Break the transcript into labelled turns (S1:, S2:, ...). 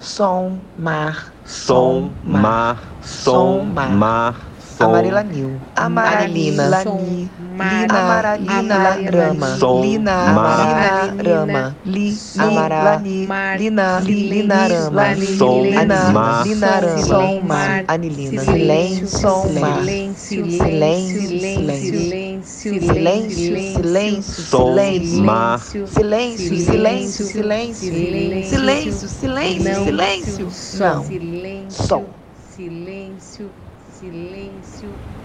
S1: Som, mar,
S2: Som, mar, som, mar, som.
S1: Amarela Nil. Amarelina.
S3: Som,
S1: Ni-
S3: mar,
S1: Lina, amaralina,
S3: amarela,
S1: grama.
S2: Som,
S1: Lina,
S2: mar,
S1: amaralina, rama. Li, amara,
S3: mar,
S1: lina, lina,
S3: silêncio,
S1: rama.
S2: Som,
S1: Lina,
S2: mar,
S1: lina, rama.
S3: silêncio,
S1: Som, mar,
S3: silêncio,
S1: anilina.
S3: silêncio,
S1: Silêncio, som, mar.
S3: silêncio,
S1: silêncio,
S3: silêncio,
S1: Silêncio, silêncio,
S2: Som,
S1: silêncio.
S2: mar,
S1: Silêncio, silêncio, silêncio. Silêncio, silêncio,
S3: Não,
S1: silêncio.
S3: silêncio,
S1: Não.
S3: silêncio,
S1: Som.
S3: silêncio, silêncio,